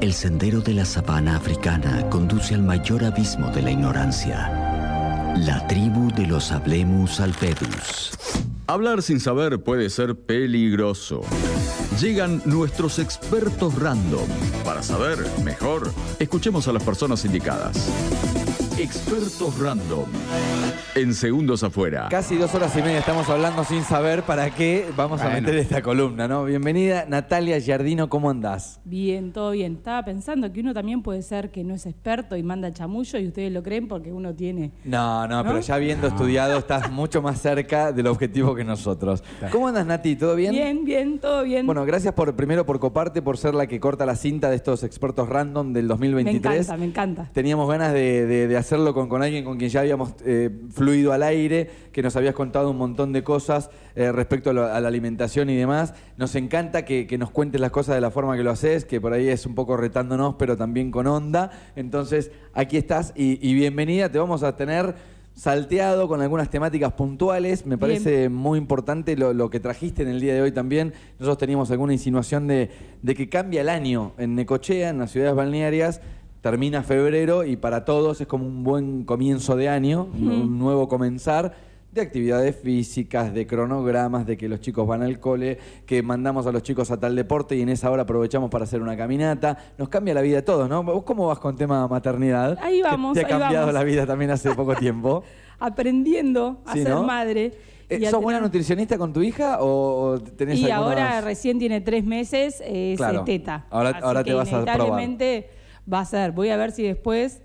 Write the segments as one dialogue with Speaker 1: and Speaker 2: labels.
Speaker 1: El sendero de la sabana africana conduce al mayor abismo de la ignorancia. La tribu de los Hablemus Alpedus.
Speaker 2: Hablar sin saber puede ser peligroso. Llegan nuestros expertos random. Para saber mejor, escuchemos a las personas indicadas. Expertos random. En segundos afuera.
Speaker 3: Casi dos horas y media estamos hablando sin saber para qué vamos a
Speaker 4: Bueno.
Speaker 3: meter esta columna, ¿no? Bienvenida Natalia Giardino, ¿cómo andás?
Speaker 5: Bien, todo bien. Estaba pensando que uno también puede ser que no es experto y manda chamullo y ustedes lo creen porque uno tiene.
Speaker 3: No, no,
Speaker 5: ¿No?
Speaker 3: pero ya habiendo estudiado estás mucho más cerca del objetivo que nosotros. ¿Cómo andas Nati? ¿Todo bien?
Speaker 5: Bien, bien, todo bien.
Speaker 3: Bueno, gracias por primero por coparte, por ser la que corta la cinta de estos expertos random del
Speaker 5: me
Speaker 3: 2023.
Speaker 5: encanta, me encanta.
Speaker 3: Teníamos ganas de, de- de hacerlo con, con alguien con quien ya habíamos eh, fluido al aire, que nos habías contado un montón de cosas eh, respecto a, lo- a la alimentación y demás. Nos encanta que, que nos cuentes las cosas de la forma que lo haces, que por ahí es un poco retándonos, pero también con onda. Entonces, aquí estás y, y bienvenida. Te vamos a tener salteado con algunas temáticas puntuales. Me parece muy importante lo, lo que trajiste en el día de hoy también. Nosotros teníamos alguna insinuación de, de que cambia el año en Necochea, en las ciudades balnearias termina febrero y para todos es como un buen comienzo de año, un nuevo comenzar de actividades físicas, de cronogramas, de que los chicos van al cole, que mandamos a los chicos a tal deporte y en esa hora aprovechamos para hacer una caminata. Nos cambia la vida a todos, ¿no? ¿Vos cómo vas con tema maternidad?
Speaker 5: Ahí
Speaker 3: Que
Speaker 5: vamos,
Speaker 3: Te ha
Speaker 5: ahí
Speaker 3: cambiado
Speaker 5: vamos.
Speaker 3: la vida también hace poco tiempo.
Speaker 5: Aprendiendo a
Speaker 3: Sí,
Speaker 5: ser
Speaker 3: ¿no?
Speaker 5: madre.
Speaker 3: Eh,
Speaker 5: y a
Speaker 3: ¿Sos buena
Speaker 5: tener-
Speaker 3: nutricionista con tu hija o o tenés
Speaker 5: Y
Speaker 3: algunas-
Speaker 5: ahora recién tiene tres meses, es
Speaker 3: Claro.
Speaker 5: eh, teta.
Speaker 3: Ahora-
Speaker 5: Así
Speaker 3: ahora te
Speaker 5: que
Speaker 3: vas a probar.
Speaker 5: inevitablemente va a ser. Voy a ver si después.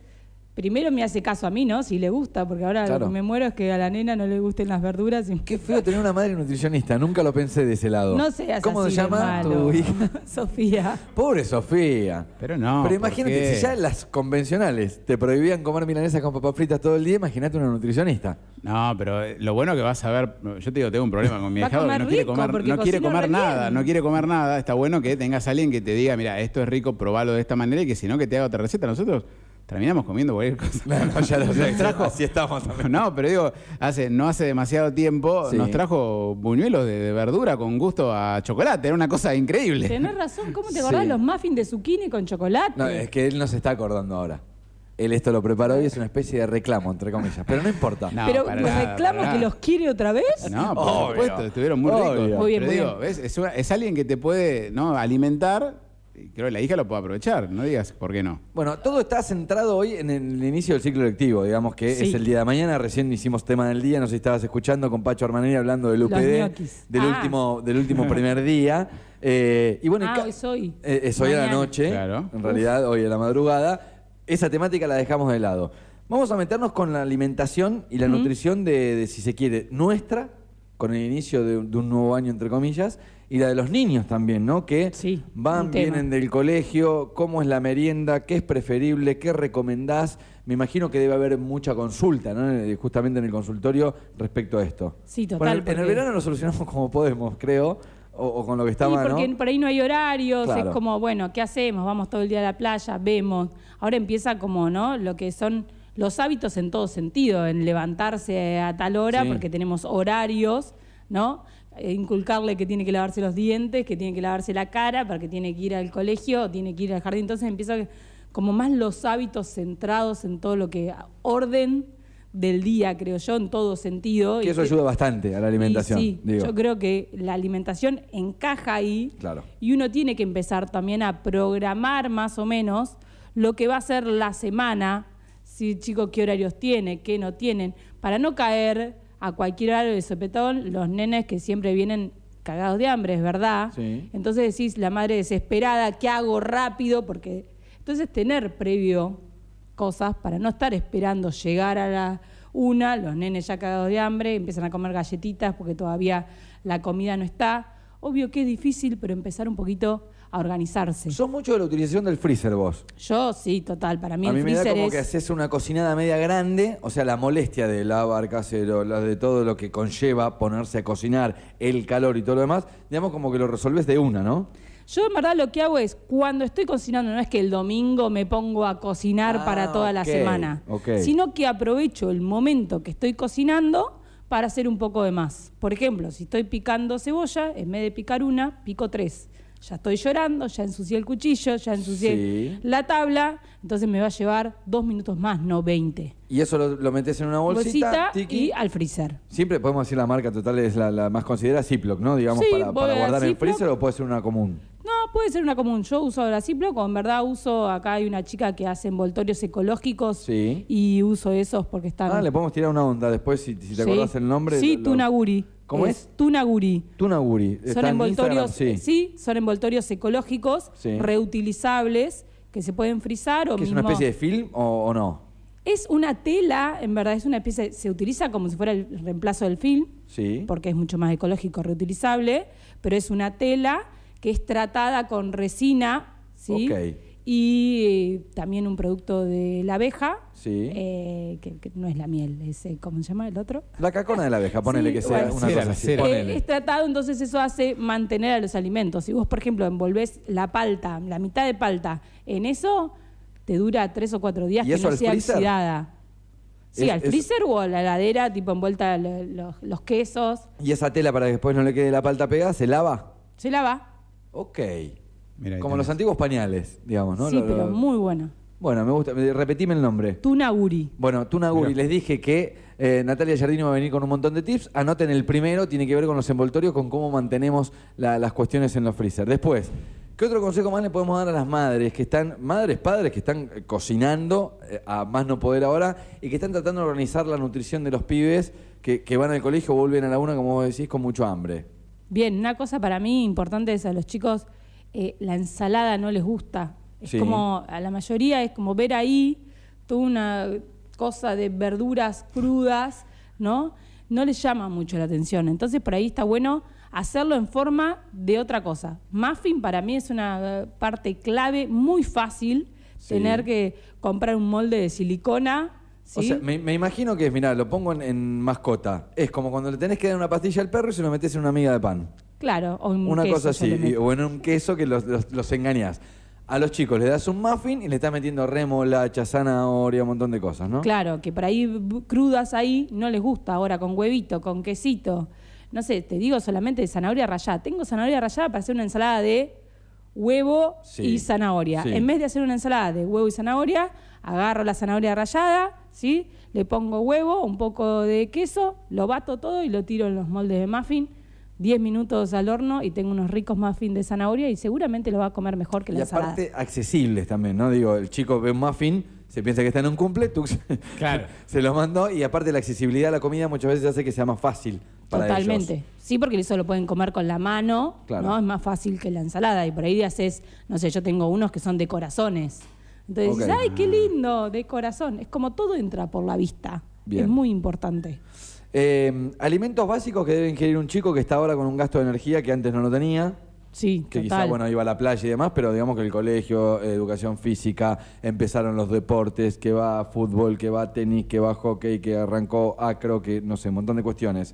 Speaker 5: Primero me hace caso a mí, ¿no? Si le gusta, porque ahora
Speaker 3: Claro.
Speaker 5: lo que me muero es que a la nena no le gusten las verduras. y-
Speaker 3: Qué feo tener una madre nutricionista, nunca lo pensé de ese lado.
Speaker 5: No seas
Speaker 3: ¿Cómo
Speaker 5: así
Speaker 3: se
Speaker 5: de
Speaker 3: llama
Speaker 5: malo,
Speaker 3: tu hija?
Speaker 5: Sofía.
Speaker 3: Pobre Sofía.
Speaker 4: Pero no,
Speaker 3: Pero
Speaker 4: ¿por
Speaker 3: imagínate,
Speaker 4: qué?
Speaker 3: si ya las convencionales te prohibían comer milanesas con papas fritas todo el día, imagínate una nutricionista.
Speaker 4: No, pero eh, lo bueno que vas a ver, yo te digo, tengo un problema con mi
Speaker 5: Va a
Speaker 4: ahijado que
Speaker 5: comer
Speaker 4: no quiere
Speaker 5: rico,
Speaker 4: comer,
Speaker 5: porque
Speaker 4: no quiere
Speaker 5: cocina
Speaker 4: comer
Speaker 5: re
Speaker 4: nada,
Speaker 5: bien.
Speaker 4: no quiere comer nada. Está bueno que tengas a alguien que te diga, mira, esto es rico, probalo de esta manera y que si no, que te haga otra receta. Nosotros terminamos comiendo cualquier cosa.
Speaker 3: No, ya lo sé,
Speaker 4: Nos trajo-
Speaker 3: así estamos también.
Speaker 4: No, pero digo, hace, no hace demasiado tiempo
Speaker 3: Sí.
Speaker 4: nos trajo buñuelos de, de verdura con gusto a chocolate. Era una cosa increíble.
Speaker 5: Tenés razón, ¿cómo te acordás
Speaker 3: Sí.
Speaker 5: los muffins de zucchini con chocolate?
Speaker 3: No, es que él no se está acordando ahora. Él esto lo preparó y es una especie de reclamo, entre comillas. Pero no importa.
Speaker 4: No,
Speaker 5: Pero
Speaker 4: para
Speaker 5: me
Speaker 4: nada,
Speaker 5: reclamo
Speaker 4: para
Speaker 5: que
Speaker 4: nada.
Speaker 5: los quiere otra vez.
Speaker 4: No, por
Speaker 3: Obvio.
Speaker 4: supuesto, estuvieron muy
Speaker 3: Obvio.
Speaker 4: ricos.
Speaker 5: Muy bien,
Speaker 4: Pero
Speaker 5: muy
Speaker 4: digo, ¿ves? Es, una- es alguien que te puede ¿no? alimentar. y Creo que la hija lo puede aprovechar. No digas por qué no.
Speaker 3: Bueno, todo está centrado hoy en el inicio del ciclo electivo, digamos que
Speaker 5: Sí.
Speaker 3: es el día de mañana. Recién hicimos tema del día, nos estabas escuchando con Pacho Armanelli hablando del
Speaker 5: Los
Speaker 3: UPD,
Speaker 5: ñoquis.
Speaker 3: del,
Speaker 5: Ah.
Speaker 3: último, del último primer día. Eh, y bueno, y
Speaker 5: Ah,
Speaker 3: ca-
Speaker 5: hoy es hoy.
Speaker 3: Eh, es hoy a la
Speaker 5: Mañana.
Speaker 3: noche,
Speaker 4: Claro.
Speaker 3: en realidad hoy a la madrugada. Esa temática la dejamos de lado. Vamos a meternos con la alimentación y la nutrición de, de, si se quiere, nuestra, con el inicio de, de un nuevo año, entre comillas, y la de los niños también, ¿no? Que
Speaker 5: Sí,
Speaker 3: van,
Speaker 5: un tema.
Speaker 3: vienen del colegio, cómo es la merienda, qué es preferible, qué recomendás. Me imagino que debe haber mucha consulta, ¿no? Eh, Justamente en el consultorio respecto a esto.
Speaker 5: Sí, total,
Speaker 3: Bueno, en el- en el
Speaker 5: porque-
Speaker 3: verano lo solucionamos como podemos, creo, o, o con lo que está
Speaker 5: Sí,
Speaker 3: a mano.
Speaker 5: porque por ahí no hay horarios,
Speaker 3: Claro.
Speaker 5: es como, bueno, ¿qué hacemos? Vamos todo el día a la playa, vemos. Ahora empieza como, ¿no? Lo que son los hábitos en todo sentido, en levantarse a tal hora,
Speaker 3: Sí.
Speaker 5: porque tenemos horarios, ¿no? Eh, inculcarle que tiene que lavarse los dientes, que tiene que lavarse la cara, para que tiene que ir al colegio, tiene que ir al jardín. Entonces empieza como más los hábitos centrados en todo lo que orden del día, creo yo, en todo sentido.
Speaker 3: Que
Speaker 5: Y
Speaker 3: eso
Speaker 5: que-
Speaker 3: ayuda bastante a la alimentación.
Speaker 5: y sí,
Speaker 3: digo.
Speaker 5: yo creo que la alimentación encaja ahí.
Speaker 3: Claro.
Speaker 5: Y uno tiene que empezar también a programar más o menos lo que va a ser la semana, si chico qué horarios tiene, qué no tienen, para no caer a cualquier horario de sopetón los nenes que siempre vienen cagados de hambre, es verdad.
Speaker 3: Sí.
Speaker 5: Entonces decís, la madre desesperada, ¿qué hago rápido? Porque entonces tener previo cosas para no estar esperando llegar a la una, los nenes ya cagados de hambre, empiezan a comer galletitas porque todavía la comida no está. Obvio que es difícil, pero empezar un poquito a organizarse.
Speaker 3: Sos mucho de la utilización del freezer vos.
Speaker 5: Yo sí, total, para mí
Speaker 3: a
Speaker 5: el
Speaker 3: mí me da
Speaker 5: freezer
Speaker 3: como
Speaker 5: es...
Speaker 3: que haces una cocinada media grande, o sea, la molestia de lavar casero, la de todo lo que conlleva ponerse a cocinar, el calor y todo lo demás, digamos como que lo resolves de una, ¿no?
Speaker 5: Yo en verdad lo que hago es, cuando estoy cocinando, no es que el domingo me pongo a cocinar
Speaker 3: Ah,
Speaker 5: para toda la
Speaker 3: ok,
Speaker 5: semana,
Speaker 3: ok.
Speaker 5: sino que aprovecho el momento que estoy cocinando para hacer un poco de más. Por ejemplo, si estoy picando cebolla, en vez de picar una, pico tres. Ya estoy llorando, ya ensucié el cuchillo, ya ensucié
Speaker 3: Sí.
Speaker 5: la tabla, entonces me va a llevar dos minutos más, no 20.
Speaker 3: Y eso lo, lo metes en una bolsita,
Speaker 5: Bolsita,
Speaker 3: tiki.
Speaker 5: y al freezer.
Speaker 3: Siempre podemos decir la marca total, es la, la más considerada Ziploc, ¿no? Digamos,
Speaker 5: Sí,
Speaker 3: para,
Speaker 5: voy
Speaker 3: para
Speaker 5: a
Speaker 3: guardar en el
Speaker 5: Ziploc.
Speaker 3: freezer o puede ser una común.
Speaker 5: No, puede ser una común. Yo uso ahora Ziploc, o en verdad uso, acá hay una chica que hace envoltorios ecológicos
Speaker 3: Sí.
Speaker 5: y uso esos porque están...
Speaker 3: Ah, le podemos tirar una onda después si, si te
Speaker 5: Sí.
Speaker 3: acordás el nombre.
Speaker 5: Sí,
Speaker 3: lo- lo-
Speaker 5: Tunaguri.
Speaker 3: ¿Cómo es?
Speaker 5: Tunaguri.
Speaker 3: Tunaguri. Está
Speaker 5: Son
Speaker 3: en
Speaker 5: envoltorios,
Speaker 3: Instagram,
Speaker 5: sí. son envoltorios ecológicos,
Speaker 3: Sí.
Speaker 5: reutilizables, que se pueden frizar o
Speaker 3: ¿Que es
Speaker 5: mismo-
Speaker 3: una especie de film o, o no?
Speaker 5: Es una tela, en verdad, es una especie, se utiliza como si fuera el reemplazo del film,
Speaker 3: Sí.
Speaker 5: porque es mucho más ecológico, reutilizable, pero es una tela que es tratada con resina, ¿sí?
Speaker 3: Ok.
Speaker 5: Y eh, también un producto de la abeja,
Speaker 3: Sí.
Speaker 5: eh, que, que no es la miel, es, eh, ¿cómo se llama el otro?
Speaker 3: La cacona de la abeja, ponele
Speaker 5: Sí,
Speaker 3: que sea
Speaker 5: bueno,
Speaker 3: una
Speaker 4: sí,
Speaker 3: cosa
Speaker 4: la
Speaker 3: así.
Speaker 4: cera.
Speaker 5: Eh,
Speaker 3: Ponele.
Speaker 5: es tratado, entonces eso hace mantener a los alimentos. Si vos, por ejemplo, envolvés la palta, la mitad de palta, en eso te dura tres o cuatro días
Speaker 3: ¿Y
Speaker 5: que
Speaker 3: eso
Speaker 5: no
Speaker 3: al
Speaker 5: sea
Speaker 3: freezer?
Speaker 5: oxidada. Sí,
Speaker 3: Es-
Speaker 5: al
Speaker 3: es-
Speaker 5: freezer o a la heladera, tipo envuelta lo- los, los quesos.
Speaker 3: Y esa tela para que después no le quede la palta pegada, se lava.
Speaker 5: Se lava.
Speaker 3: Ok.
Speaker 4: Mira, ahí
Speaker 3: Como
Speaker 4: tenés.
Speaker 3: los antiguos pañales, digamos, ¿no?
Speaker 5: sí,
Speaker 3: Lo- lo-
Speaker 5: pero muy buena.
Speaker 3: Bueno, me gusta. Me- Repetime el nombre.
Speaker 5: Tunaguri.
Speaker 3: Bueno, Tunaguri, les dije que eh, Natalia Jardino va a venir con un montón de tips. Anoten el primero, tiene que ver con los envoltorios, con cómo mantenemos la- las cuestiones en los freezer. Después, ¿qué otro consejo más le podemos dar a las madres que están, madres, padres que están eh, cocinando eh, a más no poder ahora y que están tratando de organizar la nutrición de los pibes que, que van al colegio, vuelven a la una, como vos decís, con mucho hambre?
Speaker 5: Bien, una cosa para mí importante es a los chicos, eh, la ensalada no les gusta. Es
Speaker 3: Sí.
Speaker 5: como, a la mayoría es como ver ahí toda una cosa de verduras crudas, ¿no? No les llama mucho la atención. Entonces, por ahí está bueno hacerlo en forma de otra cosa. Muffin para mí es una eh, parte clave, muy fácil,
Speaker 3: Sí.
Speaker 5: tener que comprar un molde de silicona. ¿sí?
Speaker 3: O sea, me, me imagino que es, mirá, lo pongo en, en mascota. Es como cuando le tenés que dar una pastilla al perro y se lo metes en una miga de pan.
Speaker 5: claro, o un
Speaker 3: Una
Speaker 5: queso
Speaker 3: cosa
Speaker 5: yo le
Speaker 3: así, y-
Speaker 5: meto.
Speaker 3: o en un queso que los, los, los engañás. A los chicos les das un muffin y le estás metiendo remolacha, zanahoria, un montón de cosas, ¿no?
Speaker 5: Claro, que por ahí b- crudas ahí no les gusta ahora con huevito, con quesito. No sé, te digo solamente de zanahoria rallada. Tengo zanahoria rallada para hacer una ensalada de huevo
Speaker 3: Sí,
Speaker 5: y zanahoria.
Speaker 3: sí.
Speaker 5: En vez de hacer una ensalada de huevo y zanahoria, agarro la zanahoria rallada, ¿sí? Le pongo huevo, un poco de queso, lo bato todo y lo tiro en los moldes de muffin. 10 minutos al horno y tengo unos ricos muffins de zanahoria y seguramente lo va a comer mejor que la
Speaker 3: y
Speaker 5: ensalada.
Speaker 3: aparte, accesibles también, ¿no? Digo, el chico ve un muffin, se piensa que está en un cumple, tú
Speaker 4: Claro.
Speaker 3: se lo mandó y aparte la accesibilidad a la comida muchas veces hace que sea más fácil para ellos.
Speaker 5: Totalmente. Sí, porque eso lo pueden comer con la mano,
Speaker 3: Claro.
Speaker 5: ¿no? Es más fácil que la ensalada. Y por ahí haces, no sé, yo tengo unos que son de corazones. Entonces
Speaker 3: Ok.
Speaker 5: dices, ¡ay, qué lindo! De corazón. Es como todo entra por la vista.
Speaker 3: Bien.
Speaker 5: Es muy importante.
Speaker 3: Eh, alimentos básicos que debe ingerir un chico que está ahora con un gasto de energía que antes no lo tenía.
Speaker 5: Sí,
Speaker 3: Que quizá,
Speaker 5: total.
Speaker 3: bueno, iba a la playa y demás, pero digamos que el colegio, eh, educación física, empezaron los deportes, que va fútbol, que va tenis, que va hockey, que arrancó acro, que no sé, un montón de cuestiones.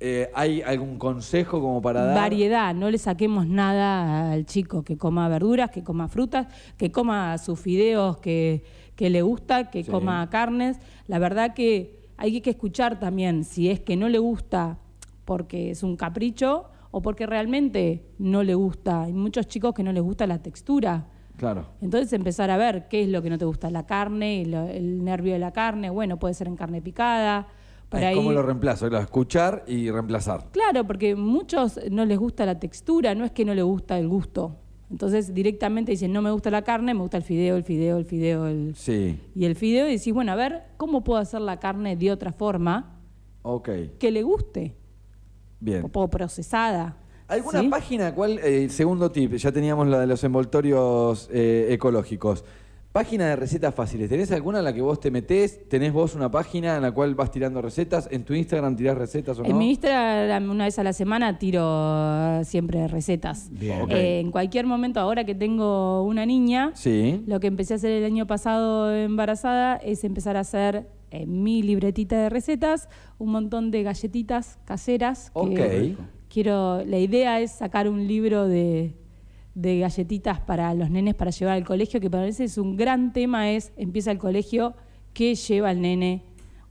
Speaker 3: Eh, ¿Hay algún consejo como para dar?
Speaker 5: Variedad, no le saquemos nada al chico que coma verduras, que coma frutas, que coma sus fideos que, que le gusta, que
Speaker 3: Sí.
Speaker 5: coma carnes. La verdad que hay que escuchar también si es que no le gusta porque es un capricho o porque realmente no le gusta. Hay muchos chicos que no les gusta la textura.
Speaker 3: Claro.
Speaker 5: Entonces empezar a ver qué es lo que no te gusta, la carne, el, el nervio de la carne, bueno, puede ser en carne picada. Por
Speaker 3: Es
Speaker 5: ahí.
Speaker 3: ¿Cómo lo reemplazo? Claro, escuchar y reemplazar.
Speaker 5: Claro, porque muchos no les gusta la textura, no es que no les gusta el gusto. Entonces directamente dicen, no me gusta la carne, me gusta el fideo, el fideo, el fideo. el-".
Speaker 3: Sí.
Speaker 5: Y el fideo y decís, bueno, a ver, ¿cómo puedo hacer la carne de otra forma
Speaker 3: Ok,
Speaker 5: que le guste?
Speaker 3: bien.
Speaker 5: O poco procesada.
Speaker 3: ¿Alguna
Speaker 5: ¿sí?
Speaker 3: página? ¿Cuál? eh, segundo tip, ya teníamos la de los envoltorios eh, ecológicos. Página de recetas fáciles. ¿Tenés alguna en la que vos te metés? ¿Tenés vos una página en la cual vas tirando recetas? ¿En tu Instagram tirás recetas o no?
Speaker 5: En Eh, mi Instagram una vez a la semana tiro eh, siempre recetas.
Speaker 4: Bien.
Speaker 3: Ok.
Speaker 5: Eh, en cualquier momento, ahora que tengo una niña,
Speaker 3: Sí.
Speaker 5: Lo que empecé a hacer el año pasado embarazada es empezar a hacer eh, mi libretita de recetas, un montón de galletitas caseras. que
Speaker 3: Ok.
Speaker 5: Quiero, la idea es sacar un libro de, de galletitas para los nenes para llevar al colegio, que para mí ese es un gran tema, es empieza el colegio, ¿qué lleva el nene?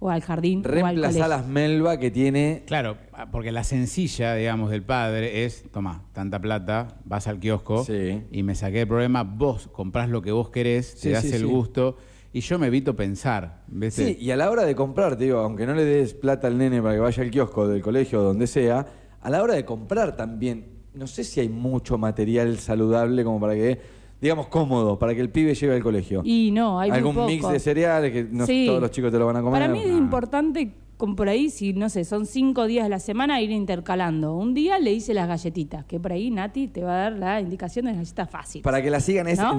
Speaker 5: o al jardín o al
Speaker 3: Reemplazá
Speaker 5: colegio.
Speaker 3: las melva que tiene.
Speaker 4: Claro, porque la sencilla, digamos, del padre es, toma, tanta plata, vas al kiosco
Speaker 3: Sí.
Speaker 4: y me saqué el problema, vos comprás lo que vos querés,
Speaker 3: Sí,
Speaker 4: te das
Speaker 3: sí,
Speaker 4: el
Speaker 3: sí.
Speaker 4: gusto y yo me evito pensar. ¿ves?
Speaker 3: Sí, y a la hora de comprar, te digo, aunque no le des plata al nene para que vaya al kiosco del colegio o donde sea, a la hora de comprar también, no sé si hay mucho material saludable como para que, digamos, cómodo, para que el pibe lleve al colegio.
Speaker 5: Y no, hay muy
Speaker 3: Algún mix
Speaker 5: poco.
Speaker 3: de cereales que no
Speaker 5: Sí.
Speaker 3: todos los chicos te lo van a comer.
Speaker 5: Para mí es
Speaker 3: No.
Speaker 5: importante, como por ahí, si no sé, son cinco días a la semana, ir intercalando. Un día le hice las galletitas, que por ahí Nati te va a dar la indicación de las galletitas fáciles.
Speaker 3: Para que la sigan es
Speaker 5: ¿No?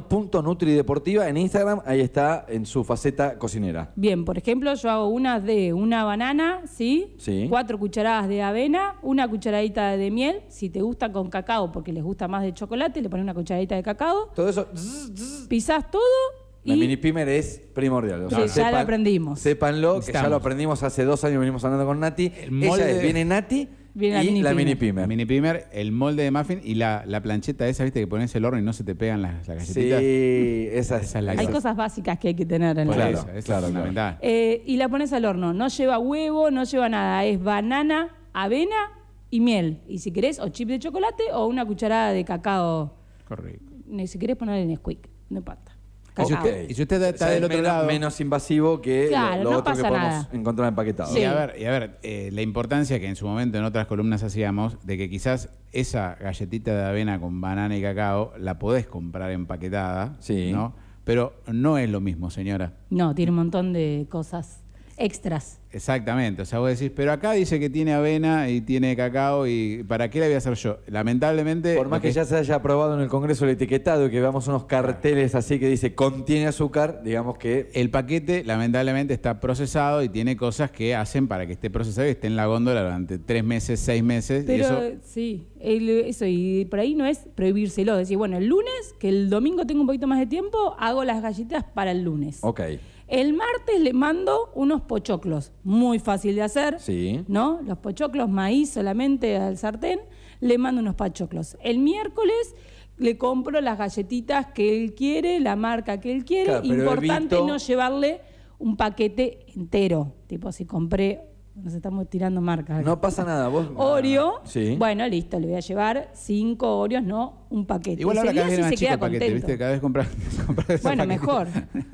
Speaker 3: natigiardino.nutrideportiva en Instagram, ahí está en su faceta cocinera.
Speaker 5: Bien, por ejemplo, yo hago unas de una banana, ¿sí?
Speaker 3: Sí.
Speaker 5: Cuatro cucharadas de avena, una cucharadita de miel. Si te gusta con cacao, porque les gusta más de chocolate, le pones una cucharadita de cacao.
Speaker 3: Todo eso, zzz, zzz,
Speaker 5: Pisás todo
Speaker 3: la
Speaker 5: y
Speaker 3: mini pimer es primordial. o sea,
Speaker 5: Sí, ya lo aprendimos.
Speaker 3: Sépanlo, que ya
Speaker 4: Estamos.
Speaker 3: lo aprendimos hace dos años, venimos hablando con Nati. Ella
Speaker 4: molde-
Speaker 3: es- viene Nati
Speaker 5: Viene la
Speaker 3: y
Speaker 5: mini
Speaker 3: la
Speaker 5: pimer.
Speaker 3: mini
Speaker 4: El
Speaker 3: pimer.
Speaker 4: mini primer, el molde de muffin y la, la plancheta esa, viste, que pones el horno y no se te pegan las, las galletitas.
Speaker 3: Sí, esa es,
Speaker 4: Esa es la
Speaker 5: hay
Speaker 4: Claro.
Speaker 5: cosas básicas que hay que tener en
Speaker 4: Por
Speaker 5: la
Speaker 3: Claro,
Speaker 4: eso, eso es
Speaker 3: claro,
Speaker 4: fundamental.
Speaker 5: Eh, y la pones al horno. No lleva huevo, no lleva nada. Es banana, avena y miel. Y si querés, o chip de chocolate o una cucharada de cacao.
Speaker 4: Correcto.
Speaker 5: Ni Si querés ponerle Nesquik, no importa.
Speaker 4: Y si
Speaker 5: Cacao.
Speaker 4: usted- y si usted está
Speaker 3: O sea,
Speaker 4: del otro
Speaker 3: menos,
Speaker 4: lado-
Speaker 3: menos invasivo que lo-
Speaker 5: Claro,
Speaker 3: lo,
Speaker 5: no
Speaker 3: otro que
Speaker 5: pasa
Speaker 3: podemos
Speaker 5: nada.
Speaker 3: encontrar empaquetado.
Speaker 5: Sí.
Speaker 4: Ah, Y a ver, y a ver eh, la importancia que en su momento en otras columnas hacíamos de que quizás esa galletita de avena con banana y cacao la podés comprar empaquetada,
Speaker 3: Sí.
Speaker 4: ¿no? Pero no es lo mismo, señora.
Speaker 5: No, tiene un montón de cosas extras.
Speaker 4: Exactamente, o sea, vos decís, pero acá dice que tiene avena y tiene cacao y ¿para qué la voy a hacer yo? Lamentablemente...
Speaker 3: Por más
Speaker 4: lo
Speaker 3: que ya se haya aprobado en el Congreso el etiquetado y que veamos unos carteles así que dice contiene azúcar, digamos que
Speaker 4: El paquete lamentablemente está procesado y tiene cosas que hacen para que esté procesado y esté en la góndola durante tres meses, seis meses. y
Speaker 5: Pero
Speaker 4: eso-
Speaker 5: sí, el- eso, y por ahí no es prohibírselo. Decir, bueno, el lunes, que el domingo tengo un poquito más de tiempo, hago las galletas para el lunes.
Speaker 3: ok.
Speaker 5: El martes le mando unos pochoclos, muy fácil de hacer,
Speaker 3: Sí.
Speaker 5: ¿no? Los pochoclos, maíz solamente al sartén, le mando unos pochoclos. El miércoles le compro las galletitas que él quiere, la marca que él quiere.
Speaker 3: Claro, pero
Speaker 5: Importante
Speaker 3: evito-
Speaker 5: no llevarle un paquete entero, tipo si compré, nos estamos tirando marcas.
Speaker 3: No pasa nada, vos
Speaker 5: Oreo,
Speaker 3: Sí.
Speaker 5: bueno, listo, le voy a llevar cinco Oreos, no un paquete.
Speaker 4: Igual ahora
Speaker 5: Ese día
Speaker 4: cada vez viene
Speaker 5: sí
Speaker 4: más
Speaker 5: se
Speaker 4: chico
Speaker 5: queda
Speaker 4: el paquete,
Speaker 5: contento.
Speaker 4: ¿viste? Cada vez compras, compras
Speaker 5: Bueno,
Speaker 4: paquete.
Speaker 5: mejor.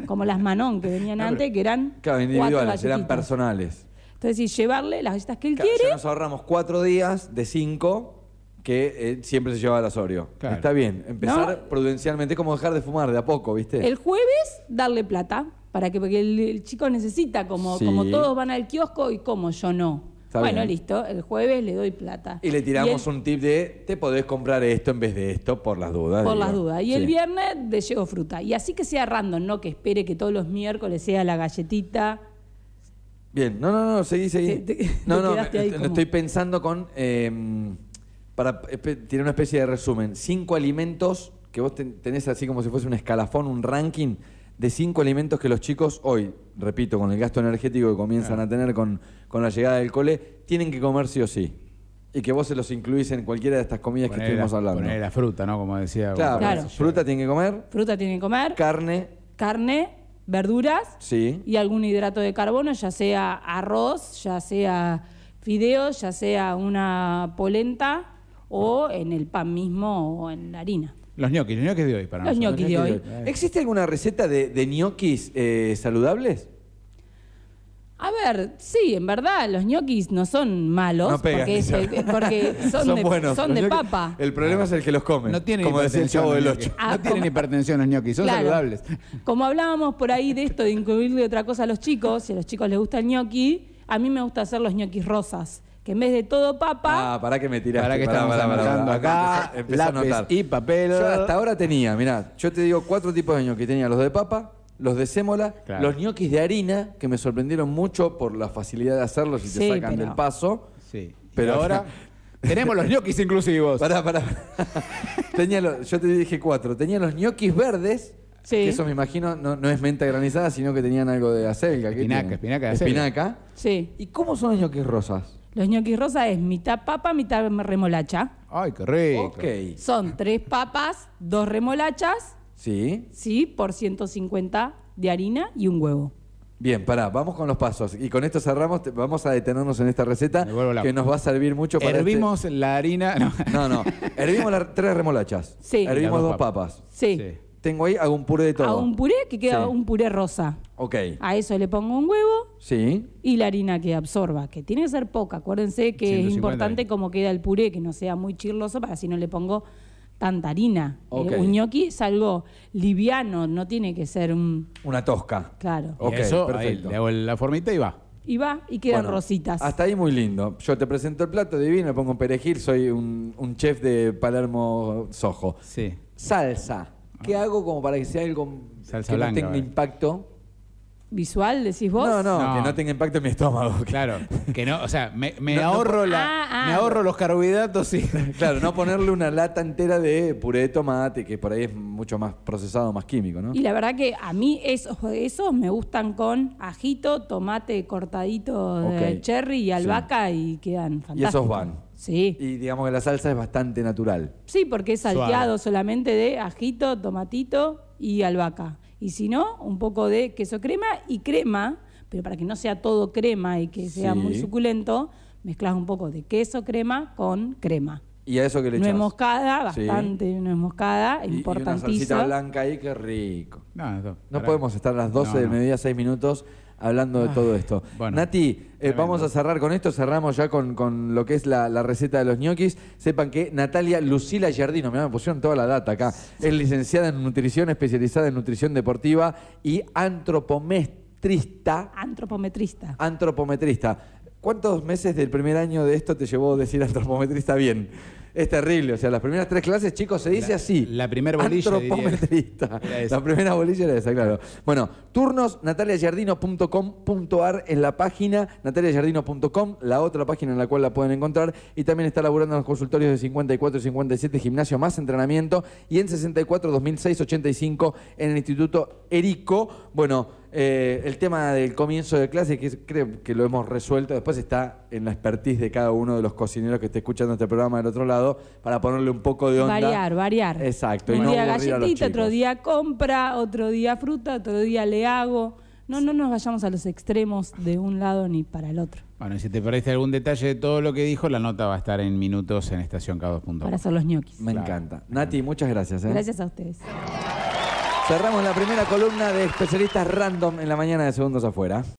Speaker 5: Como las Manón que venían antes, que eran.
Speaker 3: Claro,
Speaker 5: cuatro
Speaker 3: individuales, eran
Speaker 5: galletitas.
Speaker 3: personales.
Speaker 5: Entonces, si llevarle las galletas que él
Speaker 3: Claro, ya
Speaker 5: quiere.
Speaker 3: nos ahorramos cuatro días de cinco que eh, siempre se llevaba las Oreo.
Speaker 4: Claro.
Speaker 3: Está bien, empezar
Speaker 5: No.
Speaker 3: prudencialmente, es como dejar de fumar de a poco, ¿viste?
Speaker 5: El jueves, darle plata. Para que, porque el, el chico necesita, como,
Speaker 3: Sí.
Speaker 5: como todos van al kiosco y como yo no.
Speaker 3: Está
Speaker 5: bueno,
Speaker 3: bien.
Speaker 5: listo. El jueves le doy plata.
Speaker 3: Y le tiramos
Speaker 5: el-
Speaker 3: un tip de te podés comprar esto en vez de esto por las dudas.
Speaker 5: Por
Speaker 3: digo.
Speaker 5: las dudas. Y
Speaker 3: Sí.
Speaker 5: el viernes le llevo fruta. Y así que sea random, no que espere que todos los miércoles sea la galletita.
Speaker 3: Bien, no, no, no, seguí, seguí.
Speaker 5: Te- te-
Speaker 3: no,
Speaker 5: te
Speaker 3: no,
Speaker 5: quedaste ahí
Speaker 3: me-
Speaker 5: como-
Speaker 3: estoy pensando con. eh, para espe- tiene una especie de resumen. Cinco alimentos que vos ten- tenés así como si fuese un escalafón, un ranking de cinco alimentos que los chicos hoy, repito, con el gasto energético que comienzan a tener con, con la llegada del cole, tienen que comer sí o sí. Y que vos se los incluís en cualquiera de estas comidas que
Speaker 4: Ponele
Speaker 3: estuvimos
Speaker 4: la,
Speaker 3: hablando.
Speaker 4: ponele la fruta, ¿no? Como decía.
Speaker 3: Claro,
Speaker 5: Claro.
Speaker 3: fruta tienen que comer,
Speaker 5: Fruta tienen que comer,
Speaker 3: carne,
Speaker 5: carne, verduras.
Speaker 3: sí.
Speaker 5: y algún hidrato de carbono, ya sea arroz, ya sea fideos, ya sea una polenta o en el pan mismo o en la harina.
Speaker 4: Los ñoquis, los ñoquis de hoy para
Speaker 5: Los
Speaker 4: nosotros.
Speaker 5: ñoquis de hoy.
Speaker 3: ¿Existe alguna receta de, de ñoquis eh, saludables?
Speaker 5: A ver, sí, en verdad, los ñoquis no son malos,
Speaker 3: No pegan,
Speaker 5: porque, es- eh,
Speaker 3: dice.
Speaker 5: porque son, de,
Speaker 3: buenos, eh,
Speaker 5: son de
Speaker 3: pero yo que-
Speaker 5: papa.
Speaker 3: El problema es el que los come.
Speaker 4: No tienen
Speaker 3: como decía el
Speaker 4: hipertensión.
Speaker 3: chavo del
Speaker 4: los ñoquis.
Speaker 3: 8.
Speaker 5: Ah,
Speaker 4: No tienen
Speaker 5: como-
Speaker 4: hipertensión los ñoquis, son
Speaker 5: Claro.
Speaker 4: saludables.
Speaker 5: Como hablábamos por ahí de esto de incluirle otra cosa a los chicos, si a los chicos les gusta el ñoqui, a mí me gusta hacer los ñoquis rosas, que en vez de todo papa,
Speaker 3: Ah, pará que me tiraste.
Speaker 4: Pará que
Speaker 3: pará,
Speaker 4: estamos
Speaker 3: pará, pará,
Speaker 4: anotando
Speaker 3: pará.
Speaker 4: acá,
Speaker 3: Empezá a
Speaker 4: lápiz
Speaker 3: anotar.
Speaker 4: y papel.
Speaker 3: Yo hasta ahora tenía, mirá, yo te digo cuatro tipos de ñoquis. Tenía los de papa, los de sémola,
Speaker 4: Claro.
Speaker 3: los ñoquis de harina, que me sorprendieron mucho por la facilidad de hacerlos y te
Speaker 5: Sí,
Speaker 3: sacan
Speaker 5: pero-
Speaker 3: del paso.
Speaker 4: Sí.
Speaker 3: Pero-
Speaker 4: Pero ahora tenemos los ñoquis inclusivos.
Speaker 3: Pará, pará. tenía los, yo te dije cuatro. Tenía los ñoquis verdes.
Speaker 5: Sí.
Speaker 3: Que eso me imagino no, no es menta granizada, sino que tenían algo de acelga. ¿qué
Speaker 4: Espinaca,
Speaker 3: tienen?
Speaker 4: espinaca de acelga.
Speaker 3: Espinaca.
Speaker 5: sí.
Speaker 3: ¿Y cómo son los ñoquis rosas?
Speaker 5: Los ñoquis rosas es mitad papa, mitad remolacha.
Speaker 4: Ay, qué rico.
Speaker 3: Ok.
Speaker 5: Son tres papas, dos remolachas,
Speaker 3: Sí.
Speaker 5: sí, por 150 de harina y un huevo.
Speaker 3: Bien, pará, vamos con los pasos. Y con esto cerramos, te- vamos a detenernos en esta receta
Speaker 4: Me vuelvo loco.
Speaker 3: que nos va a servir mucho para. este-
Speaker 4: Hervimos la harina. No.
Speaker 3: No, no. Hervimos las tres remolachas.
Speaker 5: Sí.
Speaker 3: Hervimos
Speaker 4: Las dos
Speaker 3: dos papas.
Speaker 5: Sí.
Speaker 4: Sí.
Speaker 3: Tengo ahí, hago un puré de todo.
Speaker 5: A un puré que queda
Speaker 3: Sí.
Speaker 5: un Ah. puré rosa.
Speaker 3: Ok.
Speaker 5: A eso le pongo un huevo
Speaker 3: Sí.
Speaker 5: y la harina que absorba, que tiene que ser poca. Acuérdense que es
Speaker 4: 150
Speaker 5: importante
Speaker 4: bien.
Speaker 5: cómo queda el puré, que no sea muy chirloso, para si no le pongo tanta harina. Eh,
Speaker 3: Ok.
Speaker 5: un gnocchi es algo liviano, no tiene que ser un...
Speaker 3: Una tosca.
Speaker 5: Claro.
Speaker 4: Y
Speaker 3: Ok,
Speaker 4: a eso,
Speaker 3: perfecto.
Speaker 4: ahí, le hago la formita y va.
Speaker 5: Y va y quedan
Speaker 3: Bueno,
Speaker 5: rositas.
Speaker 3: Hasta ahí muy lindo. Yo te presento el plato divino, le pongo un perejil, soy un, un chef de Palermo Sojo.
Speaker 4: Sí.
Speaker 3: Salsa. ¿Qué hago como para que sea algo
Speaker 4: Ah. Salsa
Speaker 3: que
Speaker 4: blanca,
Speaker 3: no tenga
Speaker 4: vale.
Speaker 3: impacto?
Speaker 5: ¿Visual decís vos?
Speaker 3: No, no,
Speaker 4: No.
Speaker 3: que no tenga impacto en mi estómago.
Speaker 4: Claro. Que no, o sea, me, me
Speaker 3: No, no
Speaker 4: ahorro
Speaker 5: po-
Speaker 4: la,
Speaker 5: Ah, ah.
Speaker 4: me ahorro los carbohidratos y.
Speaker 3: Claro, no ponerle una lata entera de puré de tomate, que por ahí es mucho más procesado, más químico, ¿no?
Speaker 5: Y la verdad que a mí esos, esos me gustan con ajito, tomate cortadito de
Speaker 3: Ok.
Speaker 5: cherry y albahaca y quedan fantásticos.
Speaker 3: van.
Speaker 5: Sí.
Speaker 3: Y digamos que la salsa es bastante natural.
Speaker 5: Sí, porque es
Speaker 4: Suave.
Speaker 5: salteado solamente de ajito, tomatito y albahaca. Y si no, un poco de queso crema y crema, pero para que no sea todo crema y que sea
Speaker 3: Sí.
Speaker 5: muy suculento, mezclas un poco de queso crema con crema.
Speaker 3: Y a eso que le
Speaker 5: Nuez
Speaker 3: echas.
Speaker 5: moscada,
Speaker 3: Sí.
Speaker 5: bastante nuez moscada,
Speaker 3: Y- y, una
Speaker 5: importantísimo.
Speaker 3: salsita blanca ahí, qué rico.
Speaker 4: No, no,
Speaker 3: No
Speaker 4: pará.
Speaker 3: podemos estar a las 12
Speaker 4: No,
Speaker 3: del
Speaker 4: no.
Speaker 3: mediodía, 6 minutos, hablando de todo esto.
Speaker 4: bueno,
Speaker 3: Nati, eh,
Speaker 4: tremendo.
Speaker 3: vamos a cerrar con esto. Cerramos ya con, con lo que es la, la receta de los ñoquis. Sepan que Natalia Lucila Giardino, mirá, me pusieron toda la data acá. Es licenciada en nutrición, especializada en nutrición deportiva y antropometrista.
Speaker 5: Antropometrista.
Speaker 3: Antropometrista. ¿Cuántos meses del primer año de esto te llevó a decir antropometrista bien? Es terrible, o sea, las primeras tres clases, chicos, se dice
Speaker 4: La-
Speaker 3: así.
Speaker 4: la primer bolilla, diría.
Speaker 3: Antropometrista.
Speaker 4: Era esa.
Speaker 3: La primera bolilla era esa, claro. Bueno, turnos nataliayardino.com.ar es la página, nataliayardino.com, la otra página en la cual la pueden encontrar. Y también está laburando en los consultorios de 54 y 57, gimnasio más entrenamiento. Y en 64, 2006, 85, en el Instituto Erico. Bueno. eh, el tema del comienzo de clase, que es- creo que lo hemos resuelto, después está en la expertise de cada uno de los cocineros que esté escuchando este programa del otro lado, para ponerle un poco de onda.
Speaker 5: Variar, variar.
Speaker 3: Exacto. y
Speaker 5: Un
Speaker 3: no
Speaker 5: día
Speaker 3: aburrir a los
Speaker 5: galletita, otro
Speaker 3: chicos.
Speaker 5: día compra, otro día fruta, otro día le hago. No, no nos vayamos a los extremos de un lado ni para el otro.
Speaker 4: Bueno, y si te perdiste algún detalle de todo lo que dijo, la nota va a estar en minutos en estación K2.1.
Speaker 5: Para hacer los ñoquis.
Speaker 3: Me encanta. Nati, muchas gracias. ¿eh?
Speaker 5: Gracias a ustedes.
Speaker 3: Cerramos la primera columna de especialistas random en la mañana de Segundos Afuera.